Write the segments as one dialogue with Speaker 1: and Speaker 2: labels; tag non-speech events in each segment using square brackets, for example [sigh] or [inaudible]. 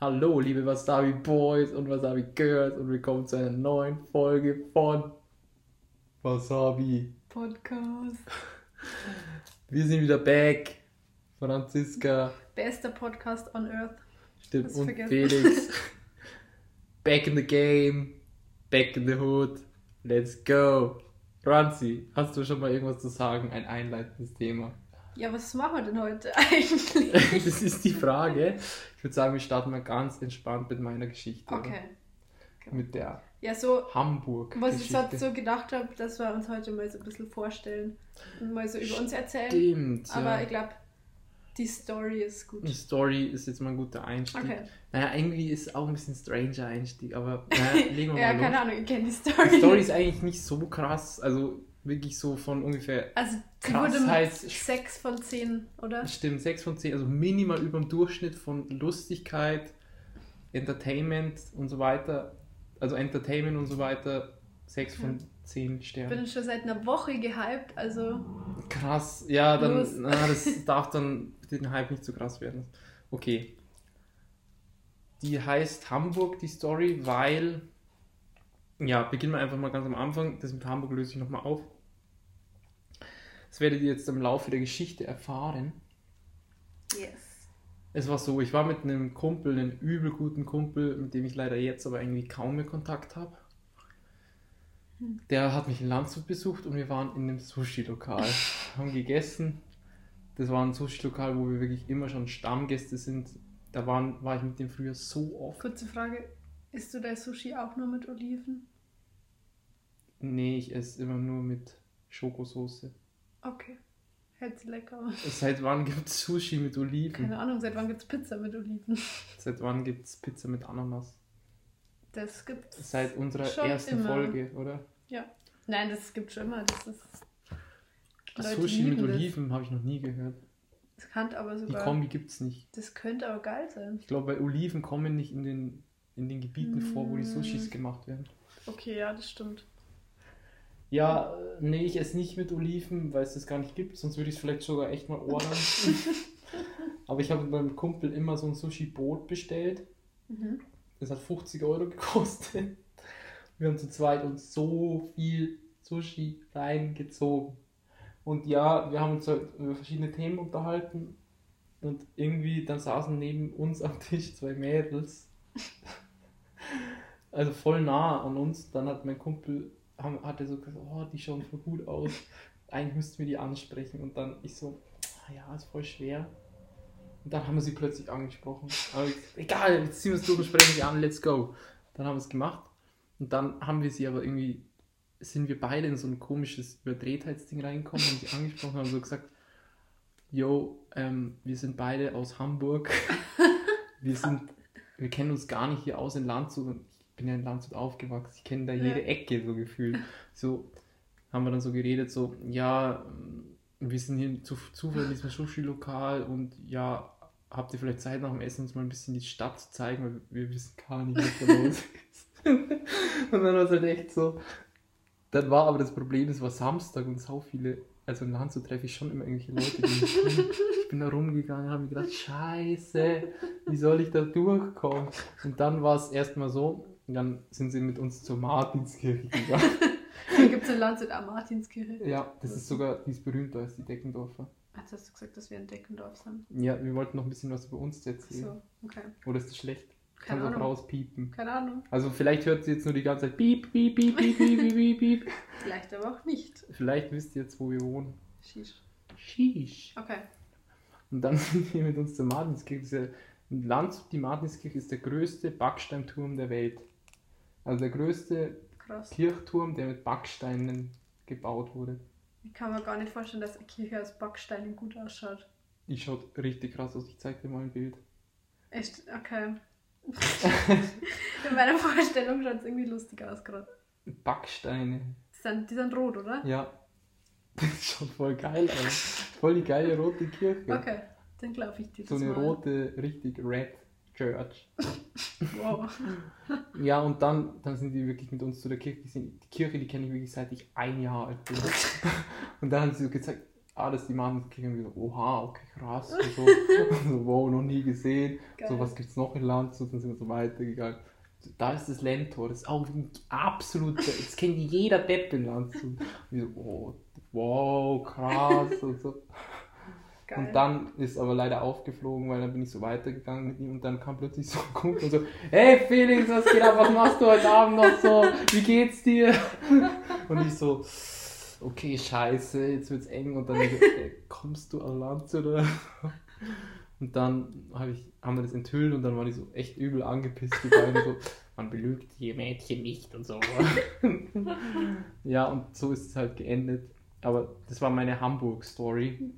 Speaker 1: Hallo, liebe Wasabi Boys und Wasabi Girls und willkommen zu einer neuen Folge von Wasabi.
Speaker 2: Podcast.
Speaker 1: Wir sind wieder back. Franziska,
Speaker 2: Bester Podcast on Earth.
Speaker 1: stimmt,
Speaker 2: Hast
Speaker 1: und
Speaker 2: vergessen. [laughs]
Speaker 1: Felix. Back in the game, back in the hood, let's go. Franzi, hast du schon mal irgendwas zu sagen? Ein einleitendes Thema.
Speaker 2: Ja, was machen wir denn heute [laughs]
Speaker 1: [laughs]
Speaker 2: eigentlich?
Speaker 1: das ist die Frage. Ich würde sagen, wir starten mal ganz entspannt mit meiner Geschichte. oder?
Speaker 2: Okay.
Speaker 1: Mit der
Speaker 2: Ja, so,
Speaker 1: Hamburg.
Speaker 2: was ich jetzt so gedacht habe, dass wir uns heute mal so ein bisschen vorstellen und mal so über uns erzählen.
Speaker 1: Stimmt,
Speaker 2: Aber
Speaker 1: ja.
Speaker 2: ich glaube, die Story ist
Speaker 1: Die
Speaker 2: gut.
Speaker 1: Story ist jetzt mal ein guter Einstieg.
Speaker 2: Okay.
Speaker 1: Naja, irgendwie ist auch ein bisschen stranger Einstieg,
Speaker 2: [laughs]
Speaker 1: aber naja, legen wir
Speaker 2: ja,
Speaker 1: mal
Speaker 2: keine
Speaker 1: los.
Speaker 2: Ahnung, ich kenne die Story.
Speaker 1: Die Story ist eigentlich nicht so krass, also wirklich so von ungefähr,
Speaker 2: also, sie
Speaker 1: krass
Speaker 2: wurde mit
Speaker 1: heißt-
Speaker 2: 6 von 10, oder?
Speaker 1: stimmt, 6 von 10, also minimal über dem Durchschnitt von Lustigkeit, Entertainment und so weiter, also Entertainment und so weiter, 6 von
Speaker 2: Hm.
Speaker 1: 10
Speaker 2: Ich
Speaker 1: Sternen.
Speaker 2: bin schon seit einer Woche gehypt, also
Speaker 1: Krass, ja, dann,
Speaker 2: Los.
Speaker 1: na, das darf dann den Hype nicht zu krass werden. Okay. Die heißt Hamburg, die Story, weil. Ja, beginnen wir einfach mal ganz am Anfang. Das mit Hamburg löse ich nochmal auf. Das werdet ihr jetzt im Laufe der Geschichte erfahren.
Speaker 2: yes.
Speaker 1: Es war so, ich war mit einem Kumpel, einem übel guten Kumpel, mit dem ich leider jetzt aber irgendwie kaum mehr Kontakt habe.
Speaker 2: Hm.
Speaker 1: Der hat mich in Landshut besucht und wir waren in einem Sushi-Lokal,
Speaker 2: [laughs]
Speaker 1: haben gegessen. Das war ein Sushi-Lokal, wo wir wirklich immer schon Stammgäste sind. Da waren, war ich mit dem früher so oft.
Speaker 2: Kurze Frage, isst du dein Sushi auch nur mit Oliven?
Speaker 1: Nee, ich esse immer nur mit Schokosoße.
Speaker 2: Okay, hält sie lecker aus.
Speaker 1: Seit wann gibt es Sushi mit Oliven?
Speaker 2: Keine Ahnung, seit wann gibt's Pizza mit Oliven?
Speaker 1: Seit wann gibt es Pizza mit Ananas?
Speaker 2: Das gibt's.
Speaker 1: Seit unserer
Speaker 2: Schon
Speaker 1: ersten
Speaker 2: immer.
Speaker 1: Folge, oder?
Speaker 2: Ja. Nein, das gibt's schon immer. Das ist. Leute
Speaker 1: Sushi mit
Speaker 2: lieben das.
Speaker 1: Oliven habe ich noch nie gehört.
Speaker 2: Das kann aber
Speaker 1: Die
Speaker 2: sogar.
Speaker 1: Kombi gibt es nicht.
Speaker 2: das könnte aber geil sein.
Speaker 1: Ich glaube, bei Oliven kommen nicht in den, in den Gebieten vor, wo die
Speaker 2: Mm.
Speaker 1: Sushis gemacht werden.
Speaker 2: Okay, ja, das stimmt.
Speaker 1: Ja, äh, nee, ich esse nicht mit Oliven, weil es das gar nicht gibt. Sonst würde ich es vielleicht sogar echt mal ordern. Aber ich habe mit meinem Kumpel immer so ein Sushi-Boot bestellt.
Speaker 2: Mhm.
Speaker 1: Das hat 50 Euro gekostet. Wir haben zu zweit uns so viel Sushi reingezogen. Und ja, wir haben uns halt über verschiedene Themen unterhalten. Und irgendwie, dann saßen neben uns am Tisch zwei Mädels. [laughs] Also voll nah an uns. Dann hat mein Kumpel, haben- hat er so gesagt, oh, die schauen voll gut aus. Eigentlich müssten wir die ansprechen. Und dann ich so, "Ah ja, ist voll schwer. Und dann haben wir sie plötzlich angesprochen. Aber ich, egal, jetzt ziehen wir es durch und sprechen sie an, let's go. Dann haben wir es gemacht. Und dann haben wir sie aber irgendwie, sind wir beide in so ein komisches Überdrehtheitsding reingekommen, haben sie angesprochen, haben so gesagt, yo, ähm, wir sind beide aus Hamburg. Wir sind, wir kennen uns gar nicht hier aus in Landshut. Und ich bin ja in Landshut aufgewachsen, ich kenne da
Speaker 2: Ja.
Speaker 1: jede Ecke so gefühlt. So haben wir dann so geredet, so, ja, ähm, wir sind hier zu Zufall in diesem Sushi-Lokal und ja, habt ihr vielleicht Zeit nach dem Essen uns mal ein bisschen die Stadt zu zeigen, weil wir wissen gar nicht, was da los ist. und dann war es halt echt so. Dann war aber das Problem, es war Samstag und sau viele, also in Landshut treffe ich schon immer irgendwelche Leute, die mich kennen. Ich bin da rumgegangen, habe mir gedacht, scheiße, wie soll ich da durchkommen? Und dann war es erstmal so, und dann sind sie mit uns zur Martinskirche gegangen.
Speaker 2: Da gibt's in Landshut auch Martinskirche.
Speaker 1: Ja, das ist sogar, die ist berühmter als die Deckendorfer.
Speaker 2: Jetzt hast du gesagt, dass wir in Deckendorf sind.
Speaker 1: Ja, wir wollten noch ein bisschen was über uns erzählen.
Speaker 2: So, okay.
Speaker 1: Oder ist das schlecht?
Speaker 2: Keine
Speaker 1: Kannst auch
Speaker 2: Ahnung.
Speaker 1: rauspiepen.
Speaker 2: Keine Ahnung.
Speaker 1: Also vielleicht hört sie jetzt nur die ganze Zeit piep, piep, piep, piep, piep, piep, piep, piep.
Speaker 2: [laughs] Vielleicht aber auch nicht.
Speaker 1: Vielleicht wisst ihr jetzt, wo wir wohnen.
Speaker 2: Schisch.
Speaker 1: Sheesh.
Speaker 2: Okay.
Speaker 1: Und dann [laughs] sind wir mit uns zur Martinskirche. Das ist ja ein Land, die Martinskirche ist der größte Backsteinturm der Welt. Also der größte
Speaker 2: Krass.
Speaker 1: Kirchturm, der mit Backsteinen gebaut wurde.
Speaker 2: Ich kann mir gar nicht vorstellen, dass eine Kirche aus Backsteinen gut ausschaut.
Speaker 1: Die schaut richtig krass aus. Ich zeig dir mal ein Bild.
Speaker 2: Echt?
Speaker 1: [laughs]
Speaker 2: Okay. [laughs] in meiner Vorstellung schaut's irgendwie lustig aus gerade.
Speaker 1: Backsteine.
Speaker 2: Die sind, die sind rot, oder?
Speaker 1: Ja. [laughs] Das schaut voll geil aus. Voll die geile rote Kirche.
Speaker 2: Okay, dann glaube ich dir
Speaker 1: So
Speaker 2: das
Speaker 1: eine
Speaker 2: mal.
Speaker 1: rote, richtig red Church. [laughs]
Speaker 2: Wow.
Speaker 1: Ja, und dann, dann sind die wirklich mit uns zu der Kirche. Die, sind, die Kirche, die kenne ich wirklich seit ich ein Jahr alt bin. Und dann haben sie so gezeigt, ah, das ist die Mandelkirche. Und wir so, oha, okay, krass. Und so, und so wow, noch nie gesehen.
Speaker 2: Geil.
Speaker 1: So, was gibt's noch in Landshut? Dann sind wir so weitergegangen. Da ist das Lentor, das ist auch ein absoluter, das kennt jeder Depp in Landshut. Und wir so, oh, wow, krass. Und so.
Speaker 2: Geil.
Speaker 1: Und dann ist aber leider aufgeflogen, weil dann bin ich so weitergegangen mit ihm und dann kam plötzlich so ein Kumpel und so, hey Felix, was geht ab, was machst du heute Abend noch so, wie geht's dir? Und ich so, okay, scheiße, jetzt wird's eng und dann ich so, "Ey, kommst du an Land oder? Und dann hab ich, haben wir das enthüllt und dann waren die so echt übel angepisst, die beiden so, man belügt hier Mädchen nicht und so. ja, und so ist es halt geendet. Aber das war meine Hamburg-Story.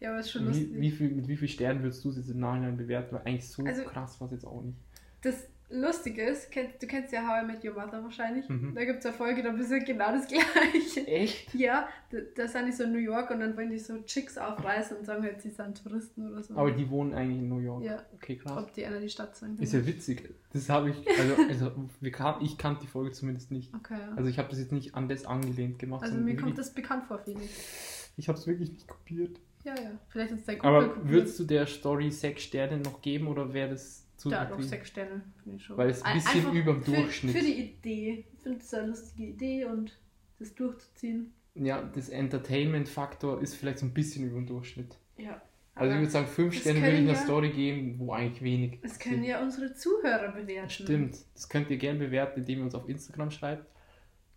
Speaker 2: ja, aber ist schon lustig.
Speaker 1: Wie, wie viel, mit wie viel Sternen würdest du es jetzt im Nachhinein bewerten? Weil eigentlich so
Speaker 2: Also-
Speaker 1: krass war es jetzt auch nicht.
Speaker 2: Das Lustige ist, kenn- du kennst ja How I Met Your Mother wahrscheinlich.
Speaker 1: Mhm.
Speaker 2: Da gibt es eine Folge, da bist du genau das [laughs] Gleiche.
Speaker 1: Echt?
Speaker 2: Ja, da, da sind die so in New York und dann wollen die so Chicks aufreißen und sagen halt, sie sind Touristen oder so.
Speaker 1: Aber die wohnen eigentlich in New York.
Speaker 2: Ja.
Speaker 1: Okay, krass.
Speaker 2: Ob die einer die Stadt sagen.
Speaker 1: Ist ja witzig. Das habe ich, also, also wir kam, ich kannte die Folge zumindest nicht.
Speaker 2: Okay. ja.
Speaker 1: Also ich habe das jetzt nicht an das angelehnt gemacht.
Speaker 2: Also
Speaker 1: sondern
Speaker 2: mir kommt
Speaker 1: wirklich,
Speaker 2: das bekannt vor, Felix.
Speaker 1: ich habe es wirklich nicht kopiert.
Speaker 2: Ja, ja. Vielleicht ist dein Kumpel
Speaker 1: Aber würdest du der Story sechs Sterne noch geben oder wäre das zu
Speaker 2: Ja, doch,
Speaker 1: übertrieben?
Speaker 2: sechs Sterne, finde ich schon.
Speaker 1: Weil es ein bisschen
Speaker 2: Einfach
Speaker 1: überm
Speaker 2: für,
Speaker 1: Durchschnitt.
Speaker 2: Für die Idee. Ich finde es eine lustige Idee und das durchzuziehen.
Speaker 1: Ja, das Entertainment-Faktor ist vielleicht so ein bisschen über dem Durchschnitt.
Speaker 2: Ja.
Speaker 1: Also ich
Speaker 2: Aber
Speaker 1: würde sagen, fünf
Speaker 2: es
Speaker 1: Sterne würde ich
Speaker 2: können
Speaker 1: einer
Speaker 2: ja-
Speaker 1: Story geben, wo eigentlich wenig.
Speaker 2: es können ja unsere Zuhörer bewerten.
Speaker 1: Stimmt, das könnt ihr gerne bewerten, indem ihr uns auf Instagram schreibt.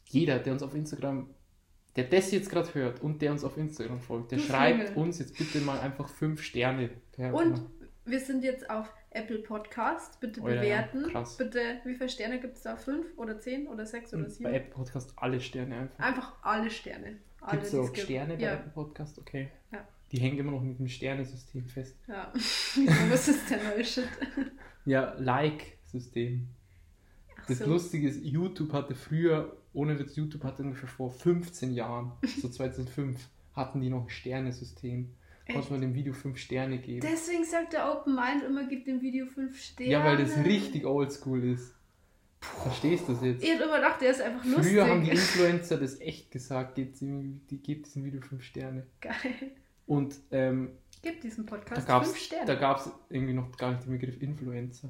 Speaker 1: Jeder, der uns auf Instagram, der das jetzt gerade hört und der uns auf Instagram folgt, der
Speaker 2: Du
Speaker 1: schreibt
Speaker 2: Schlingel.
Speaker 1: uns jetzt bitte mal einfach fünf Sterne. per-
Speaker 2: Und wir sind jetzt auf Apple Podcast. Bitte
Speaker 1: Oh ja,
Speaker 2: bewerten.
Speaker 1: krass.
Speaker 2: Bitte, wie viele Sterne gibt es da? Fünf oder zehn oder sechs oder
Speaker 1: Und bei
Speaker 2: sieben?
Speaker 1: Apple Podcast alle Sterne einfach.
Speaker 2: Einfach alle Sterne. Alle,
Speaker 1: Gibt es
Speaker 2: die
Speaker 1: auch
Speaker 2: gibt.
Speaker 1: Sterne bei
Speaker 2: Ja.
Speaker 1: Apple Podcast? Okay.
Speaker 2: Ja.
Speaker 1: Die hängen immer noch mit dem Sternesystem fest.
Speaker 2: ja. [laughs] Wieso, was ist der neue Shit?
Speaker 1: Ja, Like-System.
Speaker 2: Ach
Speaker 1: Das
Speaker 2: so.
Speaker 1: Lustige ist, YouTube hatte früher, ohne Witz, YouTube hatte ungefähr vor 15 Jahren,
Speaker 2: [laughs]
Speaker 1: so 2005, hatten die noch ein Sternesystem. Konnte
Speaker 2: Echt?
Speaker 1: man dem Video 5 Sterne geben.
Speaker 2: Deswegen sagt der Open Mind immer, gib dem Video fünf Sterne.
Speaker 1: Ja, weil das richtig oldschool ist. Verstehst du das jetzt?
Speaker 2: Ich hätte immer gedacht, der ist einfach lustig.
Speaker 1: Früher
Speaker 2: [laughs]
Speaker 1: haben die Influencer das echt gesagt, gebt, ihm- die, gebt diesem Video 5 Sterne.
Speaker 2: Geil.
Speaker 1: Und ähm,
Speaker 2: Gib diesem
Speaker 1: da
Speaker 2: Podcast
Speaker 1: gab
Speaker 2: fünf
Speaker 1: es
Speaker 2: Sterne.
Speaker 1: da gab's irgendwie noch gar nicht den Begriff Influencer.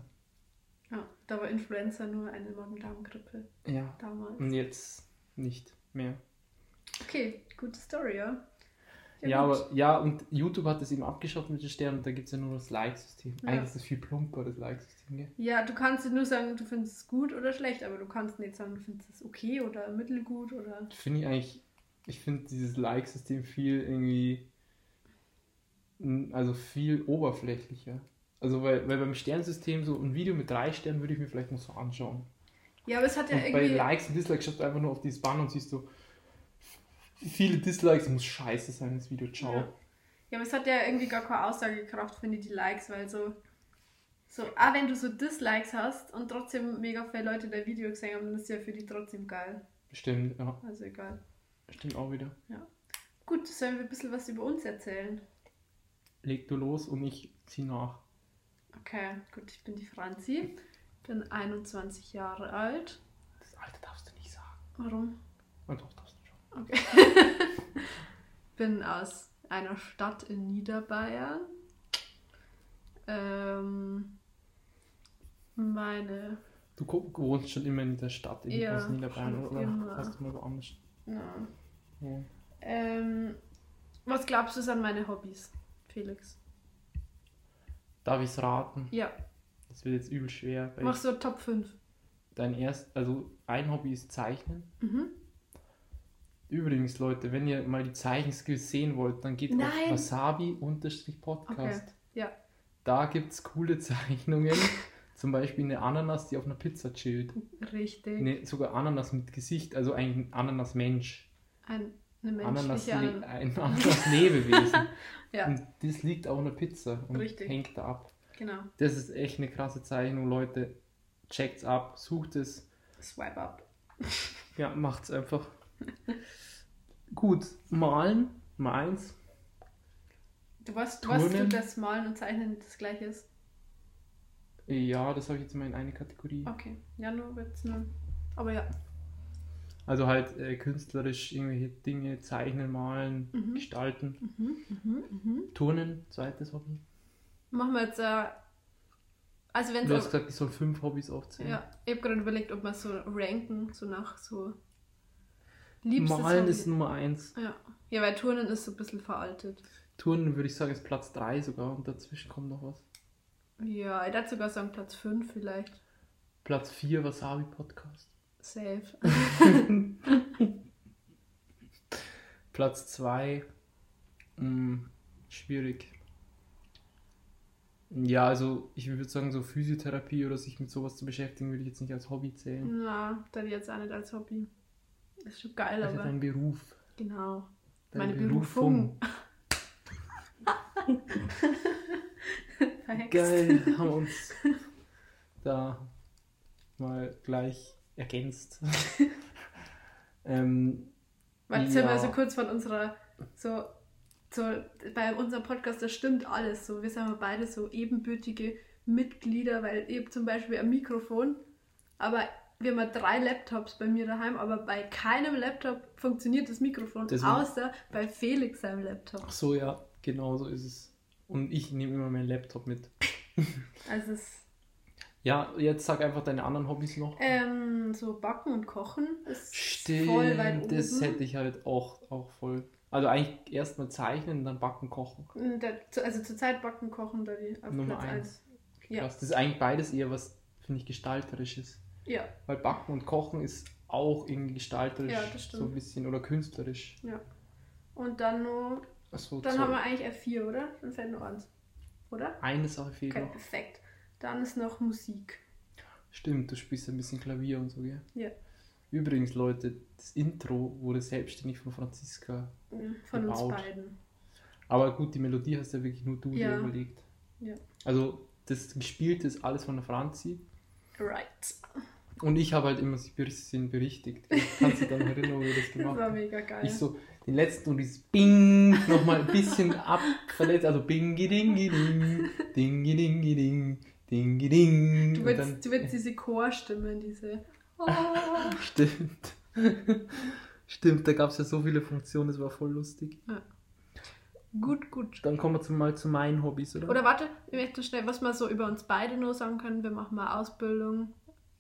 Speaker 2: ja, da war Influencer nur eine Magen-Darm-Grippe
Speaker 1: Ja.
Speaker 2: damals.
Speaker 1: Und jetzt nicht mehr.
Speaker 2: Okay, gute Story, ja.
Speaker 1: Ja,
Speaker 2: gut.
Speaker 1: aber, ja und YouTube hat das eben abgeschafft mit den Sternen und da gibt es ja nur das Like-System.
Speaker 2: Ja.
Speaker 1: Eigentlich ist das viel plumper, das Like-System, gell?
Speaker 2: Ja, du kannst nur sagen, du findest es gut oder schlecht, aber du kannst nicht sagen, du findest es okay oder mittelgut oder.
Speaker 1: Finde ich eigentlich, ich finde dieses Like-System viel irgendwie, n- also viel oberflächlicher. Also, weil, weil beim Sternsystem so ein Video mit drei Sternen würde ich mir vielleicht noch so anschauen.
Speaker 2: Ja, aber es hat ja
Speaker 1: und bei
Speaker 2: irgendwie.
Speaker 1: Likes und Dislikes schaust du einfach nur auf dieses Banner und siehst so, viele Dislikes, muss scheiße sein, das Video, ciao.
Speaker 2: Ja. Ja, aber es hat ja irgendwie gar keine Aussagekraft, finde ich, die Likes, weil so. So, auch wenn du so Dislikes hast und trotzdem mega viele Leute dein Video gesehen haben, dann ist ja für die trotzdem geil.
Speaker 1: Stimmt, ja,
Speaker 2: Also egal.
Speaker 1: stimmt auch wieder.
Speaker 2: Gut, sollen wir ein bisschen was über uns erzählen?
Speaker 1: Leg du los und ich zieh nach.
Speaker 2: Okay, gut, ich bin die Franzi, bin 21 Jahre alt.
Speaker 1: Das Alter darfst du nicht sagen.
Speaker 2: Warum?
Speaker 1: Und doch darfst du schon.
Speaker 2: Okay. bin aus einer Stadt in Niederbayern. Ähm, meine,
Speaker 1: Du gu- wohnst schon immer in der Stadt, in
Speaker 2: Ja,
Speaker 1: ja, Niederbayern,
Speaker 2: schon
Speaker 1: oder?
Speaker 2: immer.
Speaker 1: Hast du mal woanders?
Speaker 2: na,
Speaker 1: Ja.
Speaker 2: ähm, was glaubst du sind meine Hobbys, Felix?
Speaker 1: Darf ich es raten?
Speaker 2: Ja,
Speaker 1: Das wird jetzt übel schwer. Weil
Speaker 2: mach so Top 5.
Speaker 1: Dein erst, also ein Hobby ist Zeichnen.
Speaker 2: Mhm.
Speaker 1: Übrigens, Leute, wenn ihr mal die Zeichenskills sehen wollt, dann geht
Speaker 2: Nein.
Speaker 1: auf wasabi-podcast.
Speaker 2: Okay, ja.
Speaker 1: Da gibt es coole [laughs] Zeichnungen. Zum Beispiel eine Ananas, die auf einer Pizza chillt.
Speaker 2: Richtig.
Speaker 1: Ne, sogar Ananas mit Gesicht, also eigentlich ein Ananas-Mensch.
Speaker 2: Ein, eine
Speaker 1: Ananas, Hm.
Speaker 2: menschliche
Speaker 1: ein
Speaker 2: Ananas. [laughs]
Speaker 1: Ananas-Lebewesen.
Speaker 2: Ja,
Speaker 1: Und das liegt auf einer Pizza und
Speaker 2: Richtig.
Speaker 1: hängt da ab.
Speaker 2: genau.
Speaker 1: Das ist echt eine krasse Zeichnung, Leute. Checkt's ab, sucht es.
Speaker 2: Swipe up.
Speaker 1: Ja, macht's
Speaker 2: [laughs]
Speaker 1: einfach. Gut, malen, mal eins.
Speaker 2: Du weißt, du weißt du,
Speaker 1: Turnen.
Speaker 2: dass Malen und Zeichnen das gleiche ist? Ah.
Speaker 1: Ja, das habe ich jetzt mal in eine Kategorie.
Speaker 2: Okay, ja, nur wird's nur. Aber ja.
Speaker 1: Also halt äh, künstlerisch irgendwelche Dinge zeichnen, malen,
Speaker 2: Mhm.
Speaker 1: gestalten.
Speaker 2: Mhm, mhm, mhm.
Speaker 1: Turnen, zweites Hobby.
Speaker 2: Machen wir jetzt, äh, also wenn
Speaker 1: Du hast
Speaker 2: so,
Speaker 1: gesagt, ich soll fünf Hobbys aufzählen.
Speaker 2: ja, ich habe gerade überlegt, ob wir so ranken, so nach so
Speaker 1: Malen
Speaker 2: Hobby.
Speaker 1: ist Nummer eins.
Speaker 2: ja. ja, weil Turnen ist so ein bisschen veraltet.
Speaker 1: Turnen würde ich sagen ist Platz drei sogar und dazwischen kommt noch was.
Speaker 2: Ja, ich würde sogar sagen Platz 5 vielleicht.
Speaker 1: Platz vier Wasabi Podcast.
Speaker 2: Safe.
Speaker 1: Platz zwei hm, schwierig. Ja, also ich würde sagen, so Physiotherapie oder sich mit sowas zu beschäftigen, würde ich jetzt nicht als Hobby zählen.
Speaker 2: Na, dann jetzt auch nicht als Hobby. Ist schon geil,
Speaker 1: Das ist ja
Speaker 2: aber.
Speaker 1: dein Beruf.
Speaker 2: Genau.
Speaker 1: Deine
Speaker 2: Meine Berufung. Verhext.
Speaker 1: Geil, haben wir
Speaker 2: [laughs]
Speaker 1: uns da mal gleich
Speaker 2: [laughs]
Speaker 1: ergänzt. ähm,
Speaker 2: Weil jetzt sind wir
Speaker 1: Ja.
Speaker 2: so kurz von unserer, so, so, bei unserem Podcast, das stimmt alles so. Wir sind aber beide so ebenbürtige Mitglieder, weil ich hab zum Beispiel ein Mikrofon, aber wir haben ja drei Laptops bei mir daheim, aber bei keinem Laptop funktioniert das Mikrofon,
Speaker 1: Deswegen-
Speaker 2: außer bei Felix seinem Laptop.
Speaker 1: ach so, ja, genau so ist es. Und ich nehme immer meinen Laptop mit.
Speaker 2: Also es ist,
Speaker 1: Ja, jetzt sag einfach deine anderen Hobbys noch.
Speaker 2: ähm, so Backen und Kochen ist
Speaker 1: Stimmt,
Speaker 2: voll weit oben.
Speaker 1: das hätte ich halt auch, auch voll. Also eigentlich erstmal zeichnen, dann backen, kochen.
Speaker 2: Und da- zu- Also zurzeit Backen, Kochen, da die auf
Speaker 1: Nummer
Speaker 2: Platz
Speaker 1: eins.
Speaker 2: eins. Ja.
Speaker 1: Krass, Das ist eigentlich beides eher was, finde ich, gestalterisches.
Speaker 2: Ja,
Speaker 1: Weil backen und kochen ist auch irgendwie gestalterisch.
Speaker 2: Ja, das stimmt.
Speaker 1: So ein bisschen oder künstlerisch.
Speaker 2: und dann nur
Speaker 1: Ach so,
Speaker 2: Dann
Speaker 1: so.
Speaker 2: haben wir eigentlich F4, oder? Dann fällt noch eins. Oder?
Speaker 1: Eine Sache fehlt
Speaker 2: Okay,
Speaker 1: noch.
Speaker 2: perfekt. Dann ist noch Musik.
Speaker 1: Stimmt, du spielst ein bisschen Klavier und so, gell?
Speaker 2: Ja.
Speaker 1: Übrigens, Leute, das Intro wurde selbstständig von Franziska.
Speaker 2: hm, Von
Speaker 1: Gebaut.
Speaker 2: uns beiden.
Speaker 1: Aber gut, die Melodie hast ja wirklich nur du dir
Speaker 2: Ja.
Speaker 1: überlegt.
Speaker 2: Ja.
Speaker 1: Also, das Gespielte ist alles von der Franzi.
Speaker 2: Right.
Speaker 1: Und ich habe halt immer so ein bisschen berichtigt. gell? Kannst du dich dann erinnern, wie wir das
Speaker 2: Das
Speaker 1: gemacht
Speaker 2: war
Speaker 1: haben?
Speaker 2: mega geil.
Speaker 1: Ich so den letzten und dieses Bing nochmal ein bisschen abverletzt. Also Bingi Dingi Ding, Dingi Dingi Ding, Dingi Ding.
Speaker 2: du,
Speaker 1: Und
Speaker 2: willst,
Speaker 1: dann-
Speaker 2: du willst diese Chorstimmen, diese. Oh.
Speaker 1: [laughs] Stimmt. Stimmt, da gab es ja so viele Funktionen, das war voll lustig.
Speaker 2: gut, gut.
Speaker 1: Dann kommen wir zum, mal zu meinen Hobbys, oder?
Speaker 2: Oder warte, ich möchte schnell, was wir so über uns beide nur sagen können. Wir machen mal Ausbildung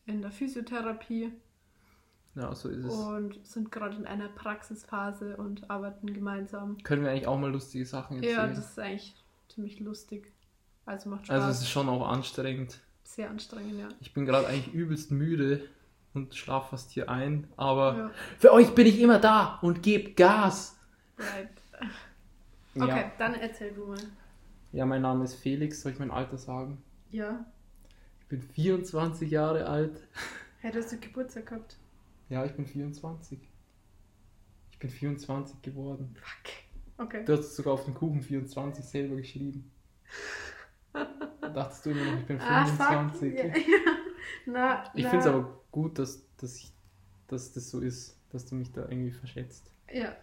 Speaker 2: in der Physiotherapie
Speaker 1: Ja, so ist es.
Speaker 2: und sind gerade in einer Praxisphase und arbeiten gemeinsam.
Speaker 1: Können wir eigentlich auch mal lustige Sachen
Speaker 2: Ja,
Speaker 1: erzählen.
Speaker 2: das ist eigentlich ziemlich lustig. Also macht Spaß.
Speaker 1: also es ist schon auch anstrengend.
Speaker 2: Sehr anstrengend, ja.
Speaker 1: Ich bin gerade eigentlich übelst müde und schlaf fast hier ein, aber
Speaker 2: ja.
Speaker 1: für euch bin ich immer da und geb Gas. [laughs]
Speaker 2: Right.
Speaker 1: Ja.
Speaker 2: Okay, dann erzähl du mal.
Speaker 1: ja, mein Name ist Felix, soll ich mein Alter sagen?
Speaker 2: Ja.
Speaker 1: Ich bin 24 Jahre alt.
Speaker 2: Hättest du Geburtstag gehabt?
Speaker 1: Ja, ich bin 24. Ich bin 24 geworden.
Speaker 2: Fuck. Okay.
Speaker 1: Du hast es sogar auf den Kuchen 24 selber
Speaker 2: [laughs]
Speaker 1: geschrieben. Dachtest du immer noch, ich bin 25.
Speaker 2: Ah, fuck. Ja. [laughs] na,
Speaker 1: Ich
Speaker 2: na.
Speaker 1: finde es aber gut, dass, dass, ich, dass das so ist, dass du mich da irgendwie verschätzt.
Speaker 2: Ja.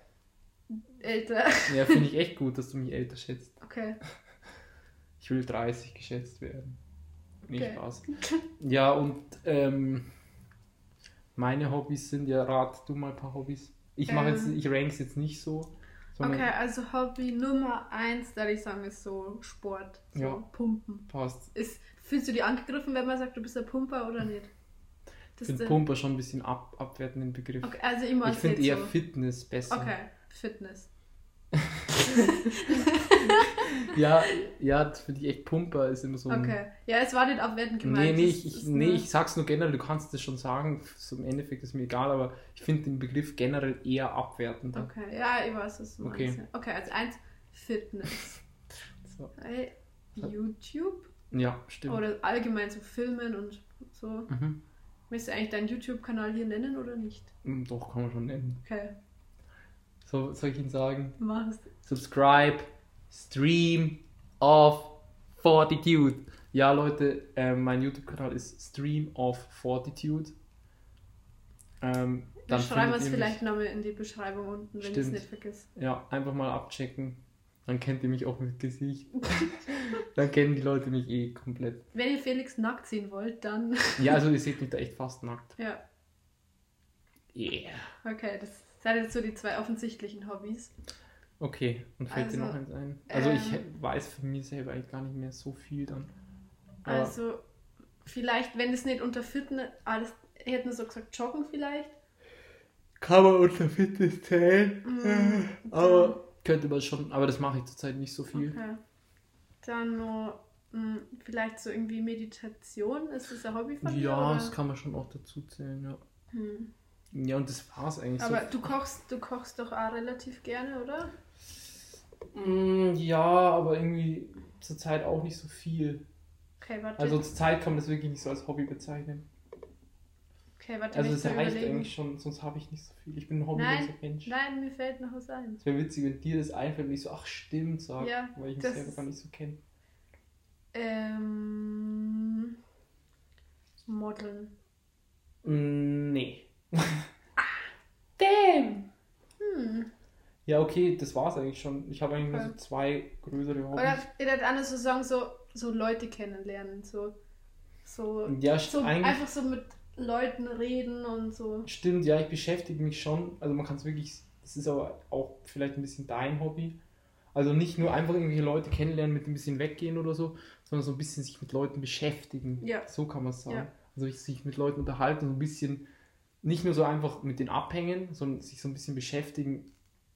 Speaker 2: Älter.
Speaker 1: Ja, finde ich echt gut, dass du mich älter schätzt.
Speaker 2: Okay.
Speaker 1: Ich will 30 geschätzt werden. Nee,
Speaker 2: Okay.
Speaker 1: Spaß. Ja, und ähm, meine Hobbys sind ja, rat du mal ein paar Hobbys. Ich mache jetzt,
Speaker 2: Ähm.
Speaker 1: ich ranks jetzt nicht so, sondern
Speaker 2: Okay, also Hobby Nummer eins, da ich sagen, ist so Sport. So
Speaker 1: Ja.
Speaker 2: Pumpen.
Speaker 1: passt.
Speaker 2: Ist, fühlst du dich angegriffen, wenn man sagt, du bist ein Pumper oder nicht?
Speaker 1: Ich
Speaker 2: Das
Speaker 1: finde
Speaker 2: ist- äh,
Speaker 1: Pumper schon ein bisschen ab, abwertenden Begriff.
Speaker 2: Okay, also immer
Speaker 1: Ich finde eher
Speaker 2: so.
Speaker 1: Fitness besser.
Speaker 2: Okay, Fitness.
Speaker 1: Ja, ja, das finde ich echt Pumper ist immer so ein.
Speaker 2: Okay. Ja, es war nicht abwertend
Speaker 1: Nee,
Speaker 2: gemeint.
Speaker 1: nee,
Speaker 2: das
Speaker 1: ich, ich,
Speaker 2: ist
Speaker 1: nee,
Speaker 2: nur-
Speaker 1: ich sag's nur generell, du kannst das schon sagen, so im Endeffekt ist mir egal, aber ich finde den Begriff generell eher abwertend.
Speaker 2: Okay, ja, ich weiß, was du
Speaker 1: Okay.
Speaker 2: meinst. Okay, als eins Fitness.
Speaker 1: [laughs] So.
Speaker 2: Bei YouTube
Speaker 1: Ja, stimmt.
Speaker 2: oder allgemein so Filmen und so.
Speaker 1: Mhm.
Speaker 2: Möchtest du eigentlich deinen YouTube-Kanal hier nennen oder nicht?
Speaker 1: Mm, Doch, kann man schon nennen.
Speaker 2: Okay,
Speaker 1: So, soll ich ihn sagen?
Speaker 2: mach es.
Speaker 1: Subscribe, Stream of Fortitude. Ja, Leute, ähm, mein YouTube-Kanal ist Stream of Fortitude. Ähm, findet
Speaker 2: Dann schreiben wir es
Speaker 1: ihr mich-
Speaker 2: vielleicht nochmal in die Beschreibung unten, wenn ich es
Speaker 1: Stimmt.
Speaker 2: nicht vergiss.
Speaker 1: Ja, einfach mal abchecken. Dann kennt ihr mich auch mit
Speaker 2: [laughs]
Speaker 1: Gesicht. dann kennen die Leute mich eh komplett.
Speaker 2: Wenn ihr Felix nackt sehen wollt, dann. [laughs]
Speaker 1: Ja, also ihr seht mich da echt fast nackt.
Speaker 2: ja.
Speaker 1: Yeah.
Speaker 2: Okay, das sind jetzt so die zwei offensichtlichen Hobbys.
Speaker 1: Okay, und fällt dir
Speaker 2: Also,
Speaker 1: noch eins ein? Also ich
Speaker 2: ähm,
Speaker 1: weiß für mich selber eigentlich gar nicht mehr so viel dann. Aber
Speaker 2: Also vielleicht, wenn es nicht unter Fitness, alles hätten wir so gesagt, joggen vielleicht.
Speaker 1: kann man unter Fitness zählen,
Speaker 2: Mhm.
Speaker 1: aber könnte man schon, aber das mache ich zurzeit nicht so viel.
Speaker 2: Okay. Dann noch, mh, vielleicht so irgendwie Meditation. Ist das ein Hobby von dir?
Speaker 1: Ja,
Speaker 2: oder?
Speaker 1: das kann man schon auch dazu zählen, ja.
Speaker 2: Hm.
Speaker 1: Ja, und das war's eigentlich
Speaker 2: Aber
Speaker 1: so.
Speaker 2: du kochst, du kochst doch auch relativ gerne, oder?
Speaker 1: Mm, Ja, aber irgendwie zurzeit auch nicht so viel.
Speaker 2: Okay, warte.
Speaker 1: Also zurzeit kann man das wirklich nicht so als Hobby bezeichnen.
Speaker 2: okay, warte,
Speaker 1: Also
Speaker 2: ich
Speaker 1: es
Speaker 2: muss
Speaker 1: reicht
Speaker 2: überlegen.
Speaker 1: eigentlich schon, sonst habe ich nicht so viel. Ich bin ein hobbyloser Mensch.
Speaker 2: Nein, mir fällt noch was ein.
Speaker 1: Es wäre witzig, wenn dir das einfällt und ich so, ach stimmt, sag,
Speaker 2: Ja,
Speaker 1: weil ich mich
Speaker 2: das-
Speaker 1: selber gar nicht so kenne.
Speaker 2: Ähm, Modeln.
Speaker 1: Mm, Nee. Damn!
Speaker 2: Hm.
Speaker 1: Ja, okay, das war's eigentlich schon. Ich habe eigentlich nur so
Speaker 2: Voll.
Speaker 1: zwei größere Hobbys.
Speaker 2: Oder ihr hättet anders so sagen, so, so Leute kennenlernen. So, so,
Speaker 1: ja, st-
Speaker 2: so
Speaker 1: eigentlich
Speaker 2: einfach so mit Leuten reden und so.
Speaker 1: stimmt, ja, ich beschäftige mich schon. Also man kann es wirklich, das ist aber auch vielleicht ein bisschen dein Hobby. Also nicht nur einfach irgendwelche Leute kennenlernen, mit ein bisschen weggehen oder so, sondern so ein bisschen sich mit Leuten beschäftigen.
Speaker 2: Ja.
Speaker 1: So kann man es sagen.
Speaker 2: Ja.
Speaker 1: Also sich mit Leuten unterhalten, so ein bisschen, nicht nur so einfach mit den abhängen, sondern sich so ein bisschen beschäftigen,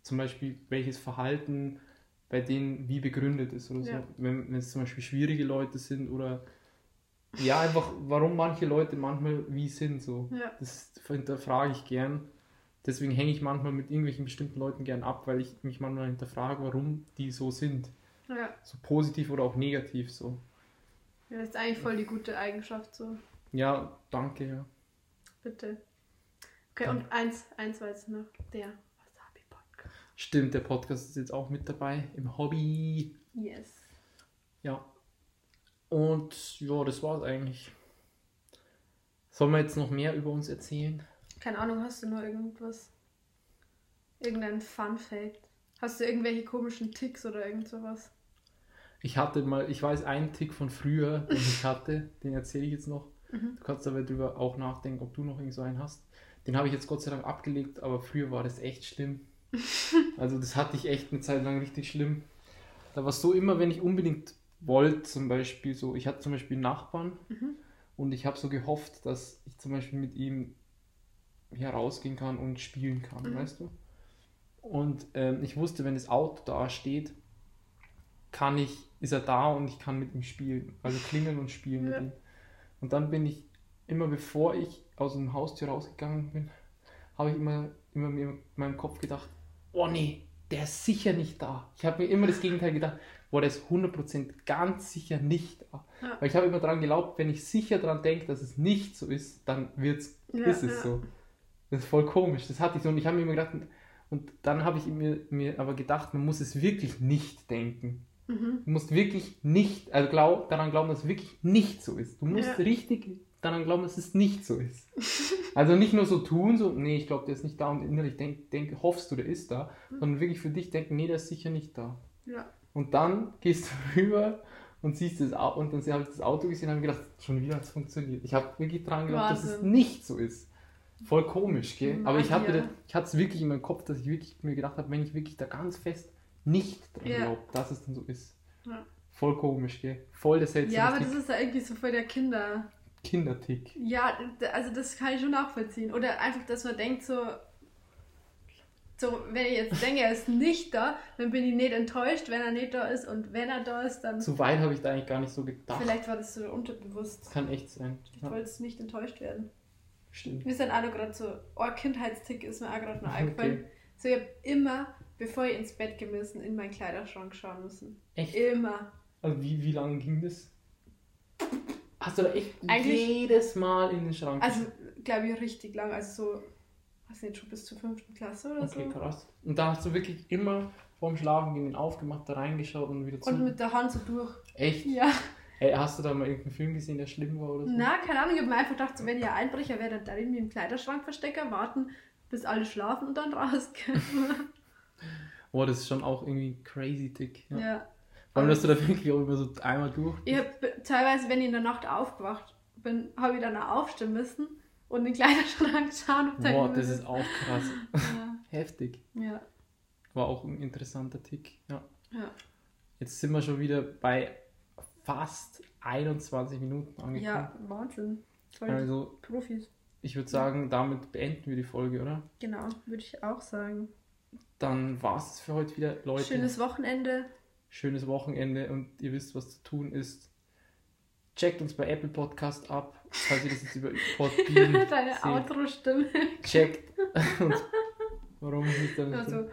Speaker 1: zum Beispiel welches Verhalten bei denen wie begründet ist oder
Speaker 2: Ja.
Speaker 1: so. Wenn, wenn es zum Beispiel schwierige Leute sind oder ja, einfach warum manche Leute manchmal wie sind so.
Speaker 2: Ja.
Speaker 1: Das hinterfrage ich gern. Deswegen hänge ich manchmal mit irgendwelchen bestimmten Leuten gern ab, weil ich mich manchmal hinterfrage, warum die so sind.
Speaker 2: Ja,
Speaker 1: So positiv oder auch negativ so.
Speaker 2: Ja, das ist eigentlich voll die gute Eigenschaft, so.
Speaker 1: Ja, danke, ja.
Speaker 2: Bitte. Okay, und eins, eins weiß ich noch. Der Wasabi-Podcast.
Speaker 1: Stimmt, der Podcast ist jetzt auch mit dabei im Hobby.
Speaker 2: Yes.
Speaker 1: Ja. Und ja, das war's eigentlich. Sollen wir jetzt noch mehr über uns erzählen?
Speaker 2: Keine Ahnung, hast du noch irgendwas? Irgendein Fun-Fact? Hast du irgendwelche komischen Ticks oder irgend sowas?
Speaker 1: Ich hatte mal, ich weiß einen Tick von früher, den ich hatte, den erzähle ich jetzt noch.
Speaker 2: Mhm.
Speaker 1: Du kannst aber drüber auch nachdenken, ob du noch irgend so einen hast. Den habe ich jetzt Gott sei Dank abgelegt, aber früher war das echt schlimm. Also das hatte ich echt eine Zeit lang richtig schlimm. Da war es so immer, wenn ich unbedingt wollte, zum Beispiel so, ich hatte zum Beispiel einen Nachbarn
Speaker 2: Mhm.
Speaker 1: und ich habe so gehofft, dass ich zum Beispiel mit ihm hier rausgehen kann und spielen kann,
Speaker 2: Mhm.
Speaker 1: weißt du? Und ähm, ich wusste, wenn das Auto da steht, kann ich, ist er da und ich kann mit ihm spielen. Also klingeln und spielen
Speaker 2: Ja.
Speaker 1: mit ihm. Und dann bin ich, immer bevor ich aus dem Haustür rausgegangen bin, habe ich immer, immer mir in meinem Kopf gedacht, oh nee, der ist sicher nicht da. Ich habe mir immer das Gegenteil gedacht, boah, der ist 100% ganz sicher nicht da.
Speaker 2: Ja.
Speaker 1: Weil ich habe immer daran geglaubt, wenn ich sicher daran denke, dass es nicht so ist, dann wird's,
Speaker 2: Ja,
Speaker 1: ist es
Speaker 2: ja.
Speaker 1: so. Das ist voll komisch, das hatte ich so. Und ich habe mir immer gedacht, und dann habe ich mir, mir aber gedacht, man muss es wirklich nicht denken.
Speaker 2: Mhm.
Speaker 1: Du musst wirklich nicht, also glaub, daran glauben, dass es wirklich nicht so ist. Du musst
Speaker 2: Ja.
Speaker 1: richtig daran glauben, dass es nicht so ist. Also nicht nur so tun, so, nee, ich glaube, der ist nicht da und innerlich denk, denk, hoffst du, der ist da, sondern wirklich für dich denken, nee, der ist sicher nicht da.
Speaker 2: Hm. Ja.
Speaker 1: Und dann gehst du [laughs] rüber und siehst das Auto und dann habe ich das Auto gesehen und habe gedacht, schon wieder hat es funktioniert. Ich habe wirklich daran geglaubt, dass es
Speaker 2: Wahnsinn. Hm, also
Speaker 1: nicht so ist. Voll komisch, gell? Aber ich hatte,
Speaker 2: Magier.
Speaker 1: das- ich hatte es wirklich in meinem Kopf, dass ich wirklich mir gedacht habe, wenn ich wirklich da ganz fest nicht dran
Speaker 2: Ja.
Speaker 1: glaube, dass es dann so ist.
Speaker 2: Ja.
Speaker 1: Voll komisch, gell? Voll der seltsame
Speaker 2: Ja, aber das
Speaker 1: Tick.
Speaker 2: ist ja irgendwie so voll der Kinder.
Speaker 1: Kindertick.
Speaker 2: Ja, d- also das kann ich schon nachvollziehen. Oder einfach, dass man denkt so, so wenn ich jetzt denke, er ist nicht da, dann bin ich nicht enttäuscht, wenn er nicht da ist. Und wenn er da ist, dann
Speaker 1: Zu weit habe ich da eigentlich gar nicht so gedacht.
Speaker 2: vielleicht war das so unterbewusst.
Speaker 1: Kann echt sein.
Speaker 2: Ich
Speaker 1: Ja,
Speaker 2: wollte nicht enttäuscht werden.
Speaker 1: stimmt.
Speaker 2: Mir ist dann auch noch gerade so, oh, Kindheitstick ist mir auch gerade noch eingefallen. So, ich habe immer, bevor ich ins Bett gehen müssen, in meinen Kleiderschrank schauen müssen.
Speaker 1: Echt?
Speaker 2: Immer.
Speaker 1: Also wie, wie lange ging das? Hast du da echt
Speaker 2: Eigentlich-
Speaker 1: jedes Mal in den Schrank
Speaker 2: Also, glaube ich, richtig lang. Also so, weiß nicht, schon bis zur fünften Klasse oder
Speaker 1: Okay,
Speaker 2: so.
Speaker 1: krass. Und da hast du wirklich immer vorm Schlafengehen den aufgemacht, da reingeschaut und wieder zu.
Speaker 2: Und mit der Hand so durch.
Speaker 1: Echt?
Speaker 2: Ja.
Speaker 1: Ey, hast du da mal irgendeinen Film gesehen, der schlimm war oder so?
Speaker 2: Na, keine Ahnung, ich habe mir einfach gedacht, so, wenn ihr Einbrecher wäre, dann da irgendwie im Kleiderschrank verstecken, warten, bis alle schlafen und dann rausgehen. [laughs]
Speaker 1: Boah, das ist schon auch irgendwie crazy dick.
Speaker 2: ja.
Speaker 1: Ja. Vor allem, dass du da wirklich auch immer so einmal durch.
Speaker 2: Ich habe teilweise, wenn ich in der Nacht aufgewacht bin, habe ich dann auch aufstehen müssen und in den [laughs] Kleiderschrank schauen, ob da
Speaker 1: Boah,
Speaker 2: irgendwas
Speaker 1: das ist auch krass. [laughs]
Speaker 2: Ja,
Speaker 1: Heftig.
Speaker 2: ja,
Speaker 1: War auch ein interessanter Tick. Ja.
Speaker 2: ja.
Speaker 1: Jetzt sind wir schon wieder bei fast 21 Minuten angekommen.
Speaker 2: ja Wahnsinn. Voll die
Speaker 1: Also,
Speaker 2: Profis.
Speaker 1: ich würde sagen, damit beenden wir die Folge, oder?
Speaker 2: Genau, würde ich auch sagen.
Speaker 1: Dann war es für heute wieder, Leute. [laughs]
Speaker 2: Schönes Wochenende.
Speaker 1: schönes Wochenende und ihr wisst, was zu tun ist. Checkt uns bei Apple Podcast ab, falls ihr das jetzt
Speaker 2: [laughs]
Speaker 1: über Podbean
Speaker 2: Deine
Speaker 1: seht.
Speaker 2: Outro-Stimme.
Speaker 1: Checkt uns. Warum ist das
Speaker 2: [laughs] Also,
Speaker 1: also.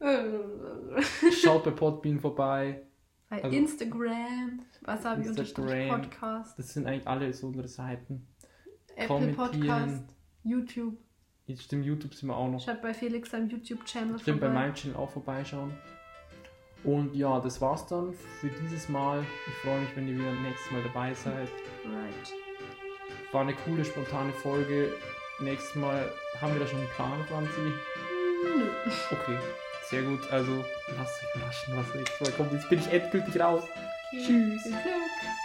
Speaker 2: äh,
Speaker 1: Schaut bei Podbean vorbei.
Speaker 2: bei
Speaker 1: Also-
Speaker 2: Instagram, Wasabi unterstrich
Speaker 1: Instagram.
Speaker 2: Podcast,
Speaker 1: Das sind eigentlich alle so unsere Seiten.
Speaker 2: Apple
Speaker 1: Kommentieren.
Speaker 2: Podcast, YouTube.
Speaker 1: Jetzt stimmt, YouTube sind wir auch noch.
Speaker 2: Schaut bei Felix seinem YouTube-Channel
Speaker 1: Stimmt, bei
Speaker 2: vorbei.
Speaker 1: meinem Channel auch vorbeischauen. Und ja, das war's dann für dieses Mal. Ich freue mich, wenn ihr wieder nächstes Mal dabei seid.
Speaker 2: Right.
Speaker 1: War eine coole, spontane Folge. Nächstes Mal haben wir da schon einen Plan, Franzi.
Speaker 2: Nö.
Speaker 1: Okay, sehr gut. Also lasst euch überraschen, was nächstes Mal kommt. Jetzt bin ich endgültig raus.
Speaker 2: Okay.
Speaker 1: Tschüss.
Speaker 2: Viel Glück.